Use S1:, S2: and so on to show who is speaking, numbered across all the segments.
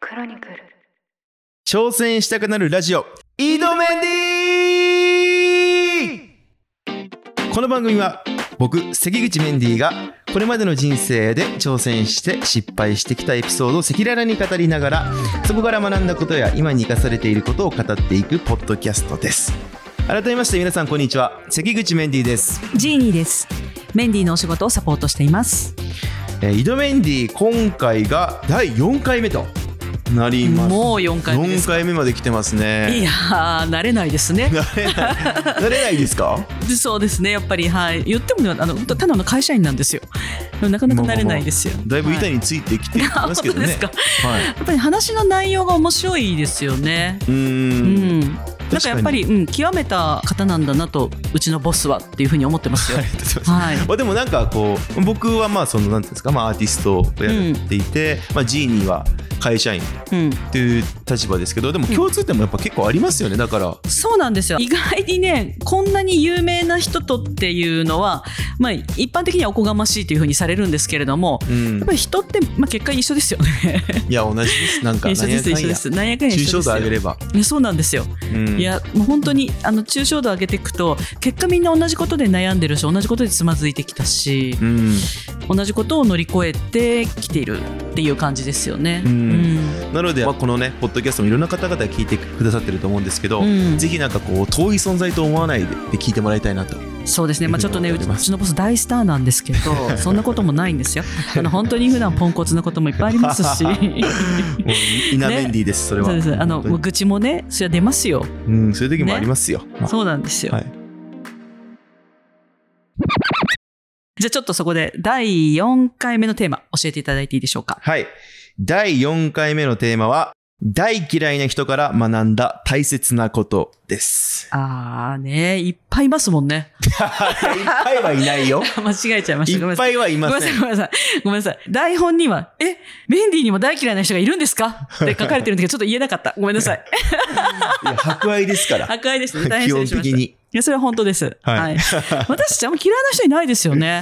S1: クロニクル
S2: 挑戦したくなるラジオイドメンディーこの番組は僕関口メンディーがこれまでの人生で挑戦して失敗してきたエピソードを赤裸々に語りながらそこから学んだことや今に生かされていることを語っていくポッドキャストです改めまして皆さんこんにちは関口メンディーです
S3: ジーニーです。メンディーのお仕事をサポートしています。
S2: えー、井戸メンディー今回が第4回目となります
S3: もう4回目で
S2: 4
S3: す。
S2: 回目まで来てますね
S3: いやー、慣れないですね。
S2: 慣れない慣れないですか
S3: でそうですね、やっぱり、はい、言ってもね、あの、ただの会社員なんですよ。でもなかなか慣れないですよ。
S2: だいぶ板
S3: はい
S2: についてきてい
S3: あ
S2: ま
S3: 本
S2: すけ
S3: 当
S2: ど
S3: で
S2: ね
S3: すか。や
S2: はい、
S3: っぱり話の内容が面白いですよね。
S2: うー
S3: うんん。なんかやっぱり、うん、極めた方なんだなと、うちのボスはっていうふうに思ってますよ
S2: あり。がとうございます
S3: はい。
S2: まあ、でもなんかこう僕はまあそのなんていうんですか、まあ、アーティストをやっていて、まあ、ジーニーは会社員
S3: うん。
S2: という立場ですけどでも共通点もやっぱ結構ありますよねだから
S3: そうなんですよ意外にねこんなに有名な人とっていうのは、まあ、一般的にはおこがましいというふうにされるんですけれども
S2: うん
S3: やっぱり人って、まあ、結果一緒ですよね
S2: いや同じですなんか
S3: 一緒です
S2: なん
S3: 一緒
S2: や
S3: で
S2: か
S3: す
S2: ん
S3: 何やかん
S2: や
S3: や
S2: 抽
S3: 一緒
S2: 象
S3: です
S2: 度上げ
S3: よ
S2: れば、
S3: いやそうなんですよ、
S2: うん
S3: いやもう本当にあの抽象度上げていくと結果みんな同じことで悩んでるし同じことでつまずいてきたし
S2: うん
S3: 同じことを乗り越えてきているっていう感じですよね。
S2: うんなので、まあ、このねポッドキャストもいろんな方々聞いてくださってると思うんですけど、
S3: うん
S2: ぜひなんかこう遠い存在と思わないでで聞いてもらいたいなと
S3: そうですね、まあ、ちょっとね、
S2: いう
S3: う
S2: ふうに思っており
S3: ち
S2: ま
S3: う
S2: す
S3: ちのボス大スターなんです けど、そんなこともないんですよ。あの、本当に普段ポンコツなこともいっぱいありま すし。
S2: もうイナメンディーです、それは。
S3: そうです、あ
S2: 本
S3: の、
S2: 当に
S3: もう愚痴もね、そりゃ出ますよ。
S2: うん、そういう時もありますよ。まあ
S3: そうなんですよ。
S2: はい
S3: じゃあ、ちょっとそこで、第4回目のテーマ、教えていただいていいでしょうか。
S2: はい。第4回目のテーマは、大嫌いな人から学んだ大切なことです。
S3: あーね、いっぱいいますもんね。
S2: いっぱいはいないよ。
S3: 間違えちゃいました。 ごめ
S2: い
S3: ん
S2: っ
S3: な
S2: ぱ
S3: さい。
S2: いはい
S3: ごめん
S2: ま
S3: なさ
S2: せ
S3: い、
S2: ん。
S3: ごめんなさい。ごめんなさい。台本には、え、メンディーにも大嫌いな人がいるんですかって書かれてるんだけど、ちょっと言えなかった。ごめんなさ い。
S2: いや博愛ですから。
S3: 破壊ですね。 大
S2: 基
S3: 変失礼
S2: 本
S3: しま
S2: 的
S3: した。
S2: に。
S3: いや、それは本当です。
S2: は
S3: はいい。 私ちゃんも嫌いな人いないですよね。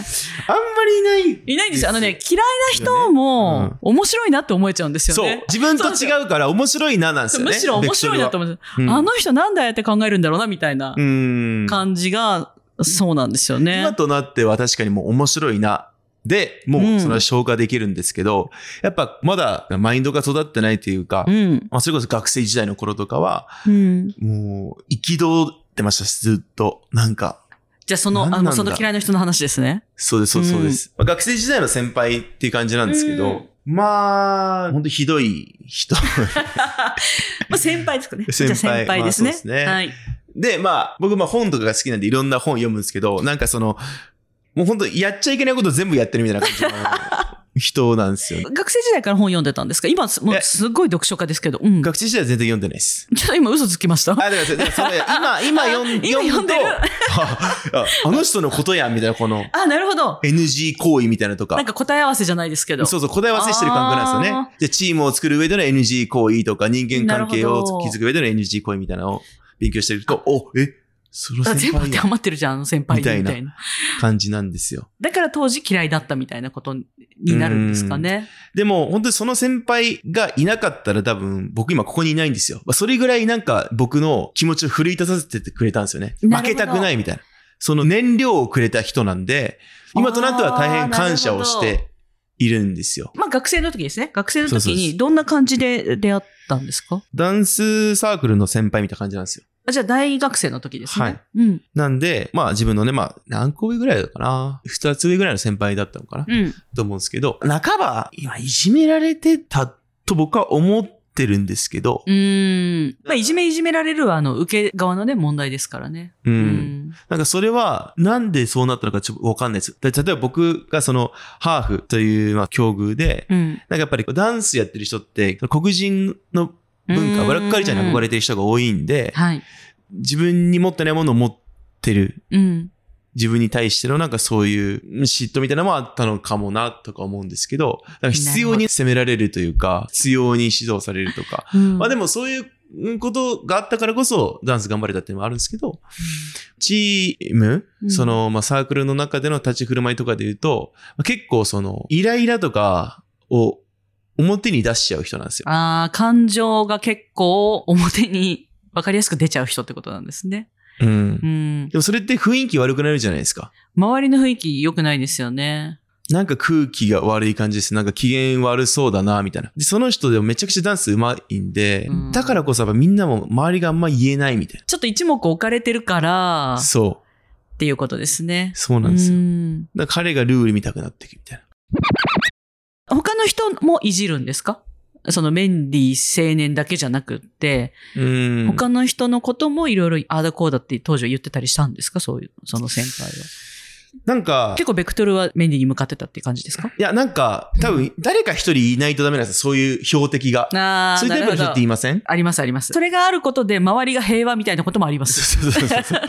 S2: あんまりいない。
S3: いないんですよ。あのね、
S2: で
S3: 嫌いな人
S2: よ
S3: も
S2: ね、
S3: 面白いなって思えちゃうんですよ
S2: そう
S3: ね。。
S2: 自分と違うから面白いななんですよね。
S3: むしろ面白いなと思うんです
S2: ベクトルは
S3: あの人なんだよって考えるんだろうな、みたいな
S2: うん。
S3: 感じが、そうなんですよ
S2: 今
S3: ね。
S2: となっては確かにもう面白いな。で、もうそれは消化できるんですけど、やっぱまだマインドが育ってないというか、
S3: うん。
S2: まあ、それこそ学生時代の頃とかは、
S3: うん。
S2: もう、憤ってましたし、ずっと。なんか、
S3: じゃあ、そ
S2: 何
S3: の、
S2: な
S3: あ
S2: んだ
S3: の、その嫌いな人の話ですね。
S2: そうです、そうです
S3: うん
S2: そうです。まあ、学生時代の先輩っていう感じなんですけど、まあ、本当ひどい人。
S3: まあ、先輩ですかね。
S2: 先輩
S3: じゃあ先輩です
S2: まあそうで
S3: ね
S2: すね。
S3: はい。
S2: で、まあ、僕、まあ本とかが好きなんでいろんな本読むんですけど、なんかその、もう本当やっちゃいけないこと全部やってるみたいな感じの人なんです よ。
S3: 学生時代から本読んでたんですか今、すもう
S2: え
S3: すごい読書家ですけど。うん。ちょ
S2: 学生時代は全然読んでないです。
S3: っと今嘘つきました。
S2: あ、だからそれ、だか らそれ今、今読ん
S3: 今
S2: 読
S3: 読
S2: む
S3: ん
S2: と、
S3: でる
S2: あ ああの人のことやん、みたいな、この
S3: あ、なるほど。
S2: NG 行為みたいなとか
S3: なん。か答え合わせじゃないですけど。
S2: そうそう、答え合わせしてる感覚なんですよね
S3: あ。
S2: で、チームを作る上での NG 行為とか、人間関係
S3: なる
S2: を
S3: ほど
S2: 築く上での NG 行為みたいなのを勉強してると、お、え、その
S3: あ
S2: 先
S3: 全部当
S2: 輩
S3: て
S2: や
S3: はまってるじゃん、あの先輩に
S2: みたいな
S3: みたいな。
S2: 感じなんですよ。
S3: だから当時嫌いだったみたいなことになるんですかね。
S2: でも、本当にその先輩がいなかったら多分、僕今ここにいないんですよ。まあそれぐらいなんか僕の気持ちを奮い立たせてくれたんですよね。
S3: なるほ
S2: 負
S3: ど
S2: けたくないみたいな。その燃料をくれた人なんで、今となっては大変感謝をしているんですよ。
S3: まあ学生の時ですね。学生の
S2: そうそう
S3: 時
S2: そう
S3: にどんな感じで出会ったんですか
S2: ダンスサークルの先輩みたいな感じなんですよ。
S3: あじゃあ大学生の時ですね。
S2: はい
S3: うん。
S2: なんで、まあ自分のね、まあ何個上ぐらいだかな。二つ上ぐらいの先輩だったのかな、
S3: うん。
S2: と思うんですけど、半ば、今いじめられてたと僕は思ってるんですけど、
S3: うーん。まあいじめいじめられるはあの受け側のね問題ですからね。
S2: うん。
S3: うん。
S2: なんかそれは、なんでそうなったのかちょっとわかんないです。で例えば僕がその、ハーフという、まあ、境遇で、
S3: うん。
S2: なんかやっぱりダンスやってる人って、黒人の文化、ブラックカルチャーに憧れてる人が多いんで、
S3: はい。
S2: 自分に持ってないものを持ってる
S3: うん。
S2: 自分に対してのなんかそういううん嫉妬みたいなのもあったのかもなとか思うんですけど、なんか必要に責められるというか、必要に指導されるとか。
S3: うん
S2: まあでもそういううんことがあったからこそダンス頑張れたっていうのもあるんですけど、チーム、
S3: うん
S2: その、まあサークルの中での立ち振る舞いとかで言うと、まあ結構その、イライラとかを表に出しちゃう人なんですよ。
S3: ああ、感情が結構表に 分かりやすく出ちゃう人ってことなんですね。
S2: うん
S3: う。ん。
S2: でもそれって雰囲気悪くなるじゃないですか。
S3: 周りの雰囲気良くないですよね。
S2: なんか空気が悪い感じです。なんか機嫌悪そうだな、みたいな。で、その人でもめちゃくちゃダンス上手いんで、
S3: うん
S2: だからこそやっぱみんなも周りがあんま言えないみたい
S3: ちょっと一目置かれてるから
S2: な。、そ
S3: っていうことですね
S2: う。。そうなんですよ。
S3: ん
S2: だから彼がルール見たくなってくみたいな。
S3: 他の人もいじるんですかそのメンディー青年だけじゃなくって、
S2: うん。
S3: 他の人のこともいろいろああだこうだって当時は言ってたりしたんですかそういう、その先輩は。
S2: なんか、
S3: 結構ベクトルはメンディーに向かってたっていう感じですか
S2: いや、なんか、多分、誰か一人いないとダメなんですよ。そういう標的が。
S3: あ
S2: そういうタイプの人っていませ ん
S3: ありますあります。それがあることで周りが平和みたいなこともあります。
S2: そうそうそうそう。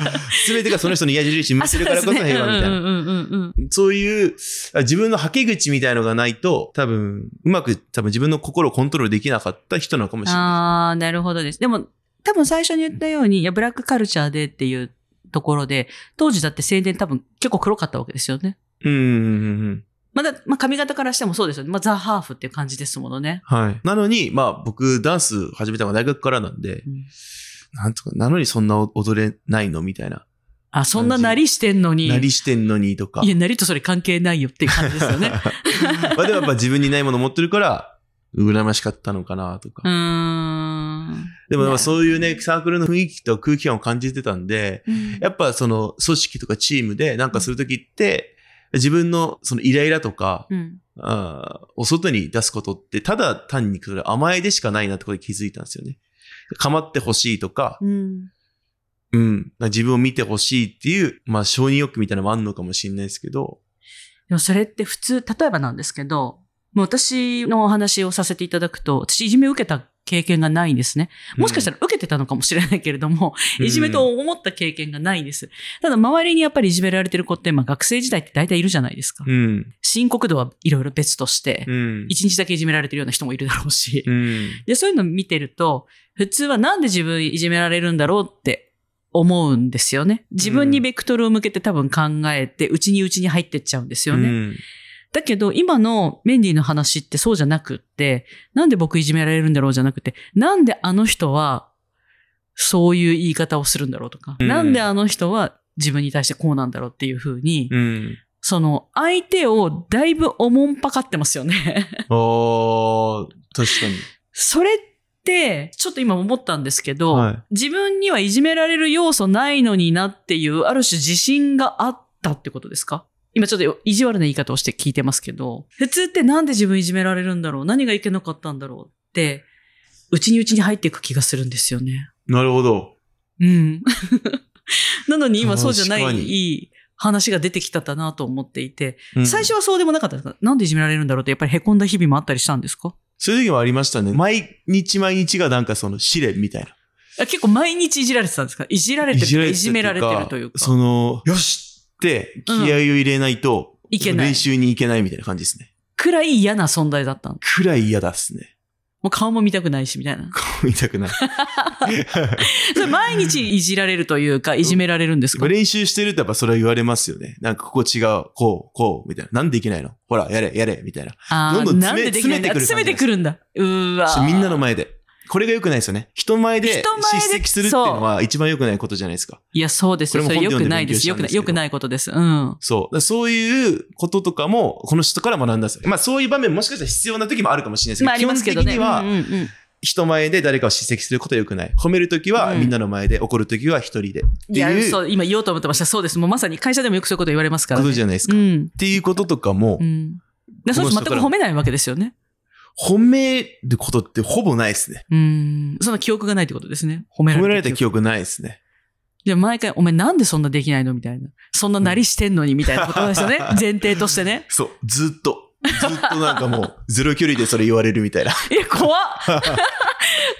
S2: すべてがその人の矢印向いてるからこそ平和みたいな。
S3: うんうんうんうんうん。
S2: そういう、あ自分のはけ口みたいのがないと、多分、うまく、多分自分の心をコントロールできなかった人なのかもしれな
S3: ああ、なるほどです。でも、多分最初に言ったように、いや、ブラックカルチャーでっていうところで、当時だって青年多分結構黒かったわけですよね。
S2: い。うんうんうんうん。
S3: まだ、まあ髪型からしてもそうですよね。まあザ・ハーフっていう感じですものね。
S2: はい。なのに、まあ僕、ダンス始めたのが大学からなんで、
S3: うん
S2: なんとか、なのにそんな踊れないのみたいな。
S3: あ、そんななりしてんのに。
S2: なりしてんのにとか。
S3: いや、なりとそれ関係ないよっていう感じですよね。
S2: まあでもやっぱ自分にないもの持ってるから、羨ましかったのかなとか。
S3: うーん。
S2: でもま
S3: ね
S2: あそういうね、サークルの雰囲気と空気感を感じてたんで、やっぱその組織とかチームでなんかするときって、自分のそのイライラとか、
S3: うん。
S2: あーお外に出すことって、ただ単にそれ甘えでしかないなってことに気づいたんですよね。構ってほしいとか、
S3: うん。
S2: うん、自分を見てほしいっていう、まあ承認欲求みたいなのもあるのかもしれないですけど、
S3: でもそれって普通、例えばなんですけど、もう私のお話をさせていただくと、私いじめを受けた経験がないんですね。もしかした
S2: ら、
S3: ら受けてたのかもしれないけれども、いじめと思った経験がないんです。ただ周りにやっぱりいじめられてる子って、まあ学生時代って大体いるじゃないですか。
S2: うん、
S3: 深刻度はいろいろ別として
S2: う、ん、
S3: 一、日だけいじめられてるような人もいるだろうし、
S2: うん、
S3: で、そういうの見てると、普通はなんで自分いじめられるんだろうって思うんですよね。自分にベクトルを向けて多分考えて、うちにうちに入ってっちゃうんですよね。
S2: うん
S3: だけど、今のメンディーの話ってそうじゃなくって、なんで僕いじめられるんだろうじゃなくて、なんであの人は、そういう言い方をするんだろうとか、
S2: うん
S3: なんであの人は自分に対してこうなんだろうっていうふうに、
S2: うん。
S3: その、相手をだいぶおもんぱかってますよね。
S2: おー、確かに。
S3: それって、ちょっと今思ったんですけど、
S2: はい
S3: 自分にはいじめられる要素ないのになっていう、ある種自信があったってことですか今ちょっと意地悪な言い方をして聞いてますけど、普通ってなんで自分いじめられるんだろう何がいけなかったんだろうって、うちにうちに入っていく気がするんですよね。
S2: なるほど。
S3: うん。 なのに今そうじゃな
S2: 確か
S3: い
S2: に
S3: いい話が出てきただなと思っていて、
S2: うん
S3: 最初はそうでもなかったんですかなんでいじめられるんだろうってやっぱり凹んだ日々もあったりしたんですか
S2: そういう時もありましたね。毎日毎日がなんかその試練みたいな。
S3: あ結構毎日いじられてたんですかいじられてるいじめられてるというか。
S2: その、よしって気合を入れないと、
S3: いけない
S2: 練習に行けないみたいな感じですね。
S3: くらい嫌な存在だったの。
S2: くらい嫌だっすね。
S3: もう顔も見たくないし、みたいな。
S2: こう言いたくない。
S3: それ毎日いじられるというか、いじめられるんですか
S2: 練習してるとやっぱそれは言われますよね。なんかここ違う、こう、こう、みたいな。なんでいけないのほら、やれ、やれ、みたいな。
S3: あー
S2: どんどん
S3: な
S2: 詰
S3: ん
S2: め
S3: でできないんだ詰
S2: 詰
S3: め
S2: め
S3: て
S2: て
S3: く
S2: く
S3: るんだ。うーわー。
S2: みんなの前で。これが良くないですよね。人前で
S3: 人前で
S2: 叱責するっていうのは一番良くないことじゃないですか。
S3: いや、そうですよ。そ
S2: これ
S3: れ
S2: も本で読
S3: 良く
S2: んで
S3: ないで
S2: 勉強
S3: す。
S2: した
S3: 良
S2: ん
S3: く
S2: です
S3: ない、
S2: けど
S3: 良くないことです。うん。
S2: そう。だからそういうこととかも、この人から学んだんですよ。まあそういう場面もしかしたら必要な時もあるかもしれないですけど、
S3: まあ、ありますけどね。
S2: 基本
S3: う
S2: 的
S3: ん
S2: には、
S3: うんうん
S2: 人前で誰かを叱責することは良くない。褒めるときは
S3: うん
S2: みんなの前で、怒るときは一人で。って
S3: いや
S2: いう
S3: そ
S2: こ
S3: う、今言おうと思ってました。そうです。もうまさに会社でもよくそういうこと言われますからね。
S2: とじゃないですか。
S3: う
S2: っ
S3: ん。
S2: ていうこととかも
S3: う、ん。でそれ全く褒めないわけですよね。
S2: 褒めることってほぼないですね。
S3: うん。その記憶がないってことですね。褒めら
S2: 褒
S3: れ
S2: めら
S3: た
S2: れ
S3: 記
S2: た
S3: 憶
S2: 記憶ないですね。
S3: で、毎回、お前なんでそんなできないのみたいな。そんななりしてんのにみたいなことです よね。前提としてね。
S2: そう、ずっと。ずっとなんかもう、 ゼロ距離でそれ言われるみたいな。
S3: いや、怖っ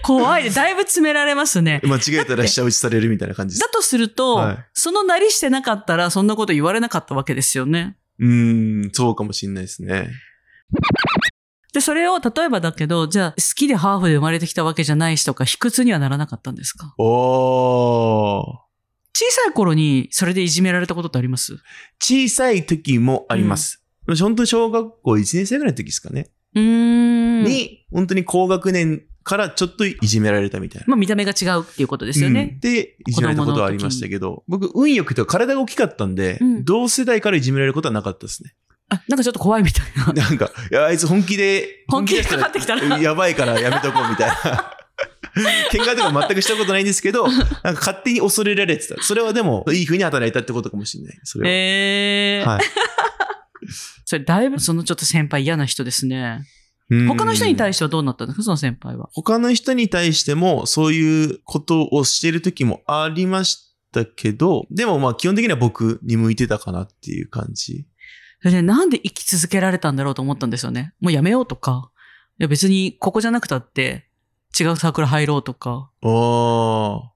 S3: 怖い。だいぶ詰められますね。
S2: 間違えたら下打ちされるみたいな感じです
S3: だ。とすると、
S2: はい
S3: そのなりしてなかったら、そんなこと言われなかったわけですよね。
S2: うーん、そうかもしれないですね。
S3: で、それを、例えばだけど、じゃあ、好きでハーフで生まれてきたわけじゃないしとか、卑屈にはならなかったんですか
S2: おー。
S3: 小さい頃に、それでいじめられたことってあります
S2: 小さい時もあります。私本当に小学校1年生ぐらいの時ですかね。
S3: うーん。うん
S2: に、本当に高学年からちょっといじめられたみたいな。
S3: まあ見た目が違うっていうことですよ
S2: う
S3: ね
S2: ん。で、いじめられたことはありましたけど、僕、運よくというか体が大きかったんで、
S3: うん
S2: 同世代からいじめられることはなかったです ね。
S3: あ、なんかちょっと怖いみたいな。
S2: なんか、いや、あいつ本気で、
S3: 本気で
S2: 出した
S3: かかってきた ら。
S2: やばいからやめとこうみたい な。喧嘩とか全くしたことないんですけど、なんか勝手に恐れられてた。それはでも、いい風に働いたってことかもしれない。それ
S3: ええ
S2: は。はい。
S3: それだいぶそのちょっと先輩嫌な人ですね。
S2: うん
S3: 他の人に対してはどうなったんですかその先輩は。
S2: 他の人に対してもそういうことをしてる時もありましたけど、でもまあ基本的には僕に向いてたかなっていう感じ。
S3: それでなんで生き続けられたんだろうと思ったんですよね。もうやめようとか。いや別にここじゃなくたって違うサークル入ろうとか。
S2: おー。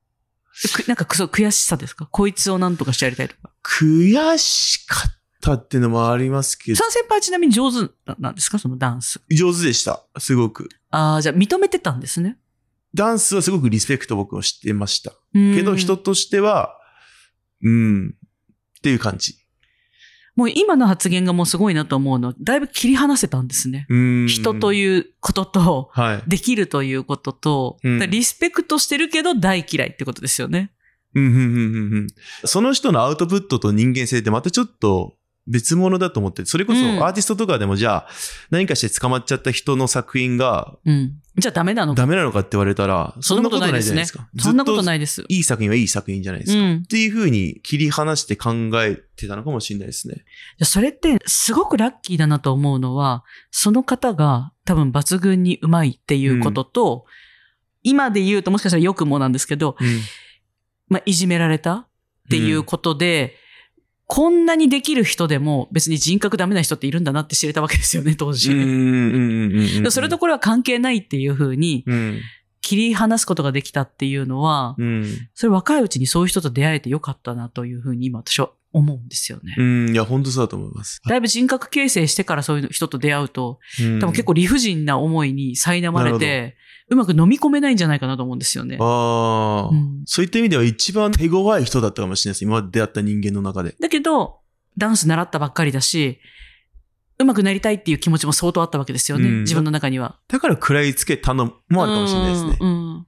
S3: くなんかくそ悔しさですかこいつをなんとかしてやりたいとか。
S2: 悔しかったっていうのもありますけど
S3: そ、の先輩はちなみに上手ななんですかそのダンス。
S2: 上手でした。すごく。
S3: ああ、じゃあ認めてたんですね。
S2: ダンスはすごくリスペクト僕をしてました。
S3: うん
S2: けど人としては、うん、っていう感じ。
S3: もう今の発言がもうすごいなと思うのは、だいぶ切り離せたんですね。
S2: うん。
S3: 人と
S2: う。
S3: いうことと、
S2: はい。
S3: できるということと、
S2: うん
S3: だからリスペクトしてるけど大嫌いってことですよね。
S2: うん、うん、うんうん、うん。その人のアウトプットと人間性ってまたちょっと別物だと思って、それこそ
S3: うん
S2: アーティストとかでもじゃあ何かして捕まっちゃった人の作品が
S3: うん。じゃあダメなのか。
S2: ダメなのかって言われたら、そんなことないじゃないですか。。
S3: そんなことないいです。
S2: いい作品はいい作品じゃないですか。
S3: うん
S2: っ。ていうふうに切り離して考えてたのかもしれないですね。
S3: それってすごくラッキーだなと思うのは、その方が多分抜群にうまいっていうことと、今で言うともしかしたらよくもなんですけど、まあ、いじめられたっていうことで、こんなにできる人でも別に人格ダメな人っているんだなって知れたわけですよね、当時。
S2: うんうんうんうんうん
S3: でそれとこれは関係ないっていうふうに
S2: うん
S3: 切り離すことができたっていうのは、
S2: うん
S3: それ若いうちにそういう人と出会えてよかったなというふうに今私は思うんですよね。
S2: うん、いや、本当そうだと思います。
S3: だいぶ人格形成してからそういう人と出会うと、
S2: うん
S3: 多分結構理不尽な思いに苛まれて、うまく飲み込めないんじゃないかなと思うんですよね。
S2: ああ、
S3: うん
S2: そういった意味では一番手強い人だったかもしれないです。今まで出会った人間の中で。
S3: だけど、ダンス習ったばっかりだし、うまくなりたいっていう気持ちも相当あったわけですよね。
S2: うん
S3: 自分の中には。
S2: だから食らいつけたのもあるかもしれないですね。
S3: うんうん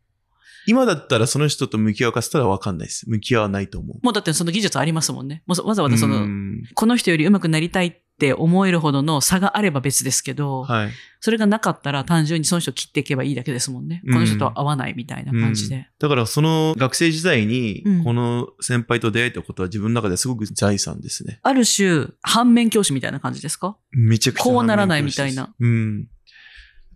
S2: 今だったらその人と向き合うかせたらわかんないです。向き合わないと思う。
S3: もうだってその技術ありますもんね。もうそわざわざその、
S2: うん
S3: この人よりうまくなりたいって思えるほどの差があれば別ですけど、
S2: はい。
S3: それがなかったら単純にその人を切っていけばいいだけですもんね。
S2: うん
S3: この人とは合わないみたいな感じで。
S2: だからその学生時代に
S3: うん
S2: この先輩と出会えたことは自分の中ですごく財産ですね。
S3: ある種、反面教師みたいな感じですか
S2: めちゃくちゃ反面
S3: こうならないみたいな
S2: 教師です。うん。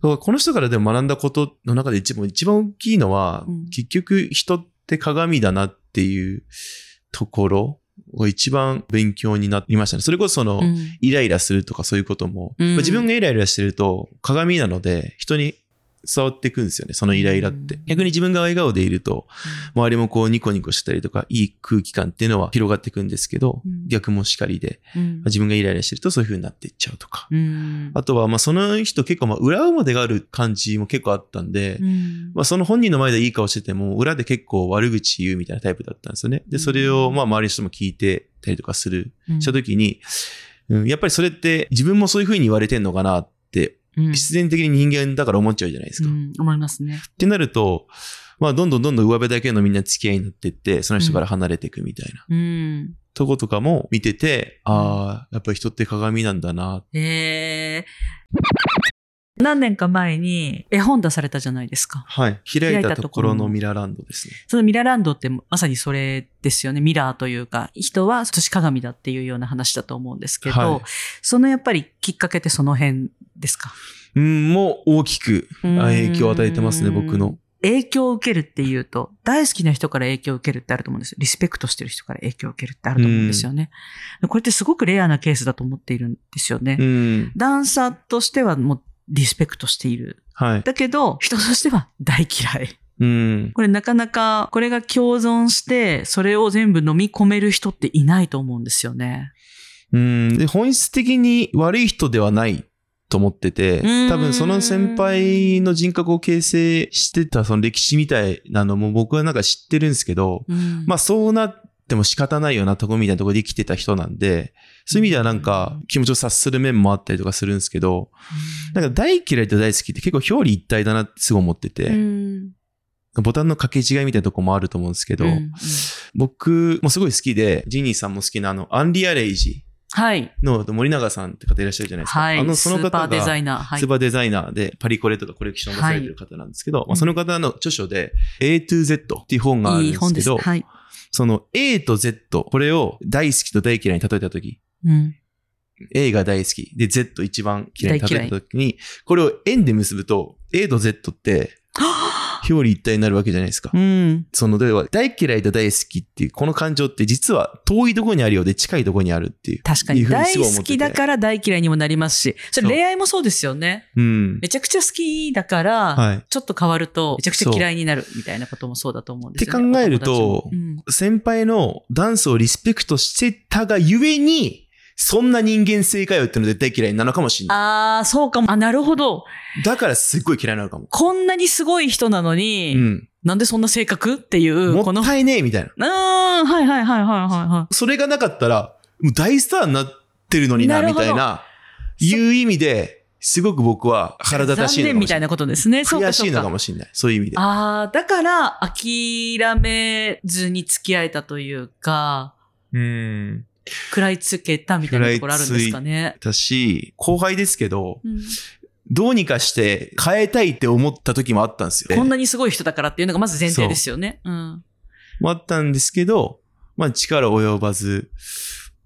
S2: だからこの人からでも学んだことの中で一番一番大きいのは、
S3: うん
S2: 結局人って鏡だなっていうところが一番勉強になりましたね。それこそその、
S3: うん
S2: イライラするとかそういうことも、
S3: うん
S2: まあ自分がイライラしてると鏡なので人に伝わっていくんですよね、そのイライラって。
S3: うん
S2: 逆に自分が笑顔でいると、周りもこうニコニコしたりとか、いい空気感っていうのは広がっていくんですけど、
S3: うん
S2: 逆もしかりで、
S3: うん
S2: まあ自分がイライラしてるとそういう風になっていっちゃうとか。
S3: うん
S2: あとは、まあ、その人結構、まあ、裏表がある感じも結構あったんで、
S3: うん
S2: まあ、その本人の前でいい顔してても、裏で結構悪口言うみたいなタイプだったんですよね。で、それを、まあ、周りの人も聞いてたりとかする、した時に、うん、やっぱりそれって自分もそういう風に言われてんのかなって、
S3: うん
S2: 必然的に人間だから思っちゃうじゃないですか。
S3: う
S2: っ
S3: ん思いますね。
S2: てなると、まあ、どんどんどんどん上辺だけのみんな付き合いになってって、その人から離れていくみたいな
S3: うん。
S2: とことかも見てて、ああ、やっぱり人って鏡なんだな。
S3: えー、何年か前に絵本出されたじゃないですか。
S2: はい。開い
S3: 開い
S2: た
S3: たと
S2: と
S3: こ
S2: こ
S3: ろ
S2: ろ
S3: の
S2: のミラランドですね。
S3: そのミラーランドってまさにそれですよね。ミラーというか、人は寿司鏡だっていうような話だと思うんですけど、
S2: はい
S3: そのやっぱりきっかけってその辺ですか
S2: うん、もう大きく
S3: うん
S2: あ影響を与えてますね、僕の。
S3: 影響を受けるっていうと、大好きな人から影響を受けるってあると思うんですよ。リスペクトしてる人から影響を受けるってあると思うんですよね。これってすごくレアなケースだと思っているんですよね。
S2: うん。
S3: ダンサーとしてはもうリスペクトしている。
S2: はい。
S3: だけど、人としては大嫌い。
S2: うん。
S3: これなかなか、これが共存して、それを全部飲み込める人っていないと思うんですよね。
S2: うん。で、本質的に悪い人ではないと思ってて
S3: うん、
S2: 多分その先輩の人格を形成してたその歴史みたいなのも僕はなんか知ってるんですけど、
S3: うん
S2: まあそうなって、っても仕方ないようなとこみたいなところで生きてた人なんで、そういう意味ではなんか気持ちを察する面もあったりとかするんですけど、なんか大嫌いと大好きって結構表裏一体だなってすごい思ってて、
S3: うん
S2: ボタンの掛け違いみたいなとこもあると思うんですけど、
S3: うん
S2: 僕もすごい好きで、ジニーさんも好きなあの、アンリアレイジ
S3: はい。
S2: の森永さんって方いらっしゃるじゃないですか。
S3: はい。
S2: あの、その
S3: スー
S2: 方
S3: パー
S2: が、
S3: デザイナー。はい
S2: スー。パーデザイナーでパリコレとかコレクションがされてる方なんですけど、まあ、その方の著書で A to Z っていう本があるん
S3: い
S2: で
S3: い
S2: す
S3: 本
S2: け
S3: です。
S2: ど、
S3: はい。
S2: その A と Z、これを大好きと大嫌いに例えたとき、
S3: うん。
S2: A が大好き、で Z 一番嫌いに例えたときに、これを円で結ぶと、A と Z って表裏一体になるわけじゃないですか。
S3: うん。
S2: その、例えば大嫌いと大好きっていう、この感情って実は遠いところにあるようで近いところにあるっていう。
S3: 確かに。
S2: いうふうに
S3: 大
S2: すごい思って
S3: 好
S2: て
S3: きだから大嫌いにもなりますし、それ
S2: そう
S3: 恋愛もそうですよね。
S2: うん。
S3: めちゃくちゃ好きだから、
S2: はい。っ
S3: ちょっと変わると、めちゃくちゃ嫌いになるみたいなこともそうだと思うんです
S2: て
S3: よ
S2: 考
S3: ね。
S2: える
S3: お友
S2: と
S3: 達もうん、
S2: 先輩のダンスをリスペクトしてたがゆえに、そんな人間性かよっての絶対嫌いなのかもしれな
S3: ああ、そうかも。あ、なるほど。
S2: い。だからすっごい嫌いなのかも。
S3: こんなにすごい人なのに、
S2: うん。
S3: なんでそんな性格っていう、こ
S2: も
S3: の、
S2: っ
S3: うーん、
S2: たいねえみたいな。
S3: はいはいはいはいはいは
S2: それがなかったら、もう大スターになってるのにな、
S3: なる
S2: み
S3: ほど。
S2: たいな、いう意味で、すごく僕はい腹立たしいのか
S3: 残念
S2: も
S3: み
S2: しれ
S3: た
S2: ない
S3: いなことですね。そう
S2: 悔
S3: か
S2: し
S3: そ
S2: いうの
S3: か
S2: か。もしれない。そういう意味で。
S3: ああ、だから、諦めずに付き合えたというか、
S2: うん。
S3: 食らいつけたみたいなところあるんですかね。
S2: だし、後輩ですけど、
S3: うん
S2: どうにかして変えたいって思った時もあったんですよ。
S3: こんなにすごい人だからっていうのがまず前提ですよね。うん。
S2: もあったんですけど、まあ力及ばず、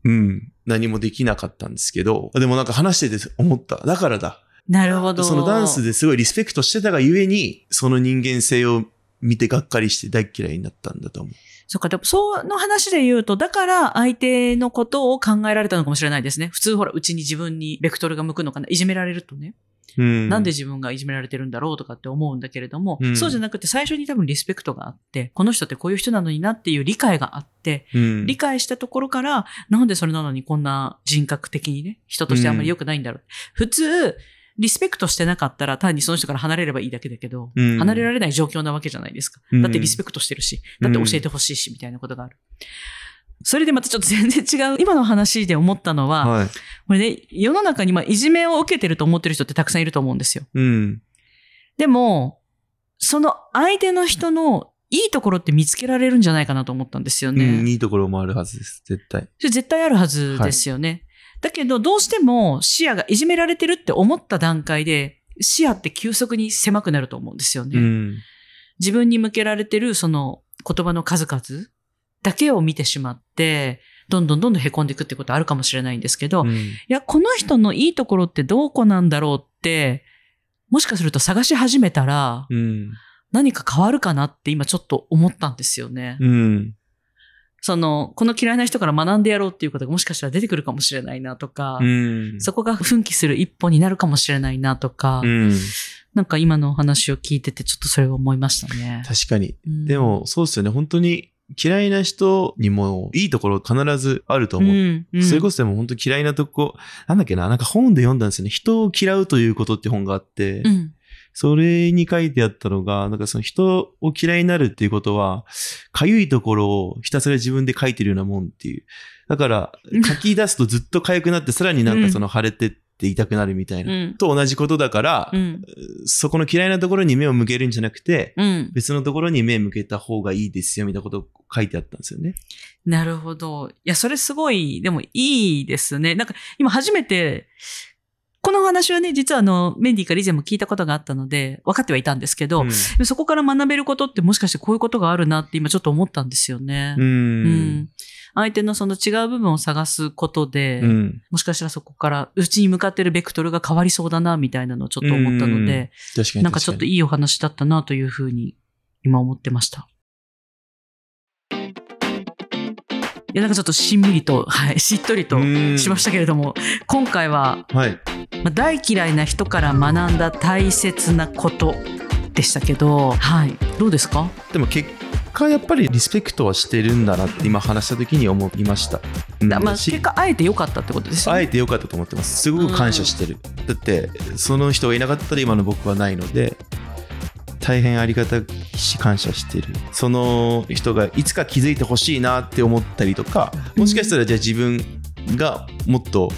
S2: うん、何もできなかったんですけど、でもなんか話してて思った。だからだ。
S3: なるほど。
S2: そのダンスですごいリスペクトしてたがゆえに、その人間性を見てがっかりして大嫌いになったんだと思う。
S3: そっか、でも、その話で言うと、だから相手のことを考えられたのかもしれないですね。普通、ほら、うちに自分にベクトルが向くのかな。いじめられるとね、
S2: うん
S3: なんで自分がいじめられてるんだろうとかって思うんだけれども、
S2: うん
S3: そうじゃなくて最初に多分リスペクトがあって、この人ってこういう人なのになっていう理解があって、
S2: うん
S3: 理解したところから、なんでそれなのにこんな人格的にね、人としてあんまり良くないんだろう。普通、リスペクトしてなかったら単にその人から離れればいいだけだけど、
S2: うん
S3: 離れられない状況なわけじゃないですか。
S2: うん
S3: だってリスペクトしてるし、だって教えてほしいし、みたいなことがある。それでまたちょっと全然違う、今の話で思ったのは、
S2: はい。
S3: これね、世の中にまあいじめを受けてると思ってる人ってたくさんいると思うんですよ。
S2: うん。
S3: でも、その相手の人のいいところって見つけられるんじゃないかなと思ったんですよね。
S2: うん、いいところもあるはずです。絶対。
S3: それ絶対あるはずですよね。だけど、どうしても視野がいじめられてるって思った段階で、視野って急速に狭くなると思うんですよね。
S2: うん。
S3: 自分に向けられてるその言葉の数々だけを見てしまって、どんどんどんどん凹んでいくってことあるかもしれないんですけど、い
S2: うん
S3: や、この人のいいところってどこなんだろうって、もしかすると探し始めたら
S2: うん。
S3: 何か変わるかなって今ちょっと思ったんですよね。
S2: うん。
S3: その、この嫌いな人から学んでやろうっていうことがもしかしたら出てくるかもしれないなとか、
S2: うん。
S3: そこが奮起する一歩になるかもしれないなとか、
S2: うん。
S3: なんか今のお話を聞いててちょっとそれを思いましたね。
S2: 確かに。
S3: うん
S2: でも、そうですよね。本当に嫌いな人にもいいところ必ずあると思う。
S3: んん
S2: それこそでも本当嫌いなとこ、なんだっけな、なんか本で読んだんですよね。人を嫌うということって本があって、
S3: うん
S2: それに書いてあったのが、なんかその人を嫌いになるっていうことは、かゆいところをひたすら自分で書いてるようなもんっていう。だから
S3: うん、
S2: 書き出すとずっと痒くなって、さらになん
S3: う
S2: か
S3: ん
S2: その腫れてって痛くなるみたいな。
S3: うん
S2: と同じことだから、
S3: うん
S2: そこの嫌いなところに目を向けるんじゃなくて、
S3: うん、
S2: 別のところに目向けた方がいいですよみたいなことを書いてあったんですよね。
S3: なるほど。いや、それすごい、でもいいですね。なんか、今初めて、このお話はね、実はあの、メンディーから以前も聞いたことがあったので、分かってはいたんですけど、
S2: ん
S3: でもそこから学べることってもしかしてこういうことがあるなって今ちょっと思ったんですよね。
S2: う
S3: うん
S2: ん。
S3: 相手のその違う部分を探すことで、
S2: うん。
S3: もしかしたらそこから、うちに向かってるベクトルが変わりそうだな、みたいなのをちょっと思ったので、
S2: 確かに。
S3: なんかちょっといいお話だったな、というふうに、今思ってました。いや、なんかちょっとしんみりと、はい、しっとりと
S2: と
S3: しましたけれども、今回は、
S2: た。はい。
S3: まあ、大嫌いな人から学んだ大切なことでしたけど、はい、どうですか
S2: でも結果、やっぱりリスペクトはしてるんだなって今話した時に思いました。うん
S3: まあ、
S2: し
S3: 結果、あえて良かったってことですよ
S2: 会
S3: ね。
S2: えてよかったと思ってます。すごく感謝してる。だって、その人がいなかったら今の僕はないので、大変ありがたし感謝してるその人がいつか気づいてほしいなって思ったりとかもしかしたらじゃあ自分がもっと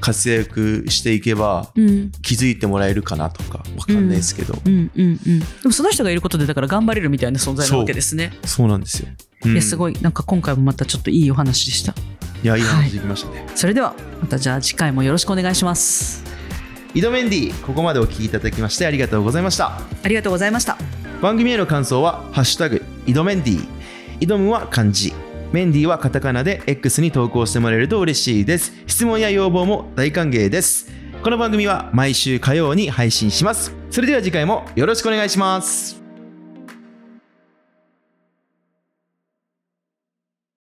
S2: 活躍していけば
S3: うん
S2: 気づいてもらえるかなとかわかんないですけど、
S3: うんうんうん、でもその人がいることでだから頑張れるみたいな存在なわけですね。
S2: そうなんですよ、うん
S3: いやすごいなんか今回もまたちょっといいお話でした。
S2: いやいい話できましたね、
S3: それではまたじゃあ次回もよろしくお願いします。
S2: 井戸メンディーここまでお聞きいただきましてありがとうございました
S3: ありがとうございました。
S2: 番組への感想は「ハッシュタグ井戸メンディー」井戸むは漢字メンディーはカタカナで X に投稿してもらえると嬉しいです質問や要望も大歓迎ですこの番組は毎週火曜に配信しますそれでは次回もよろしくお願いします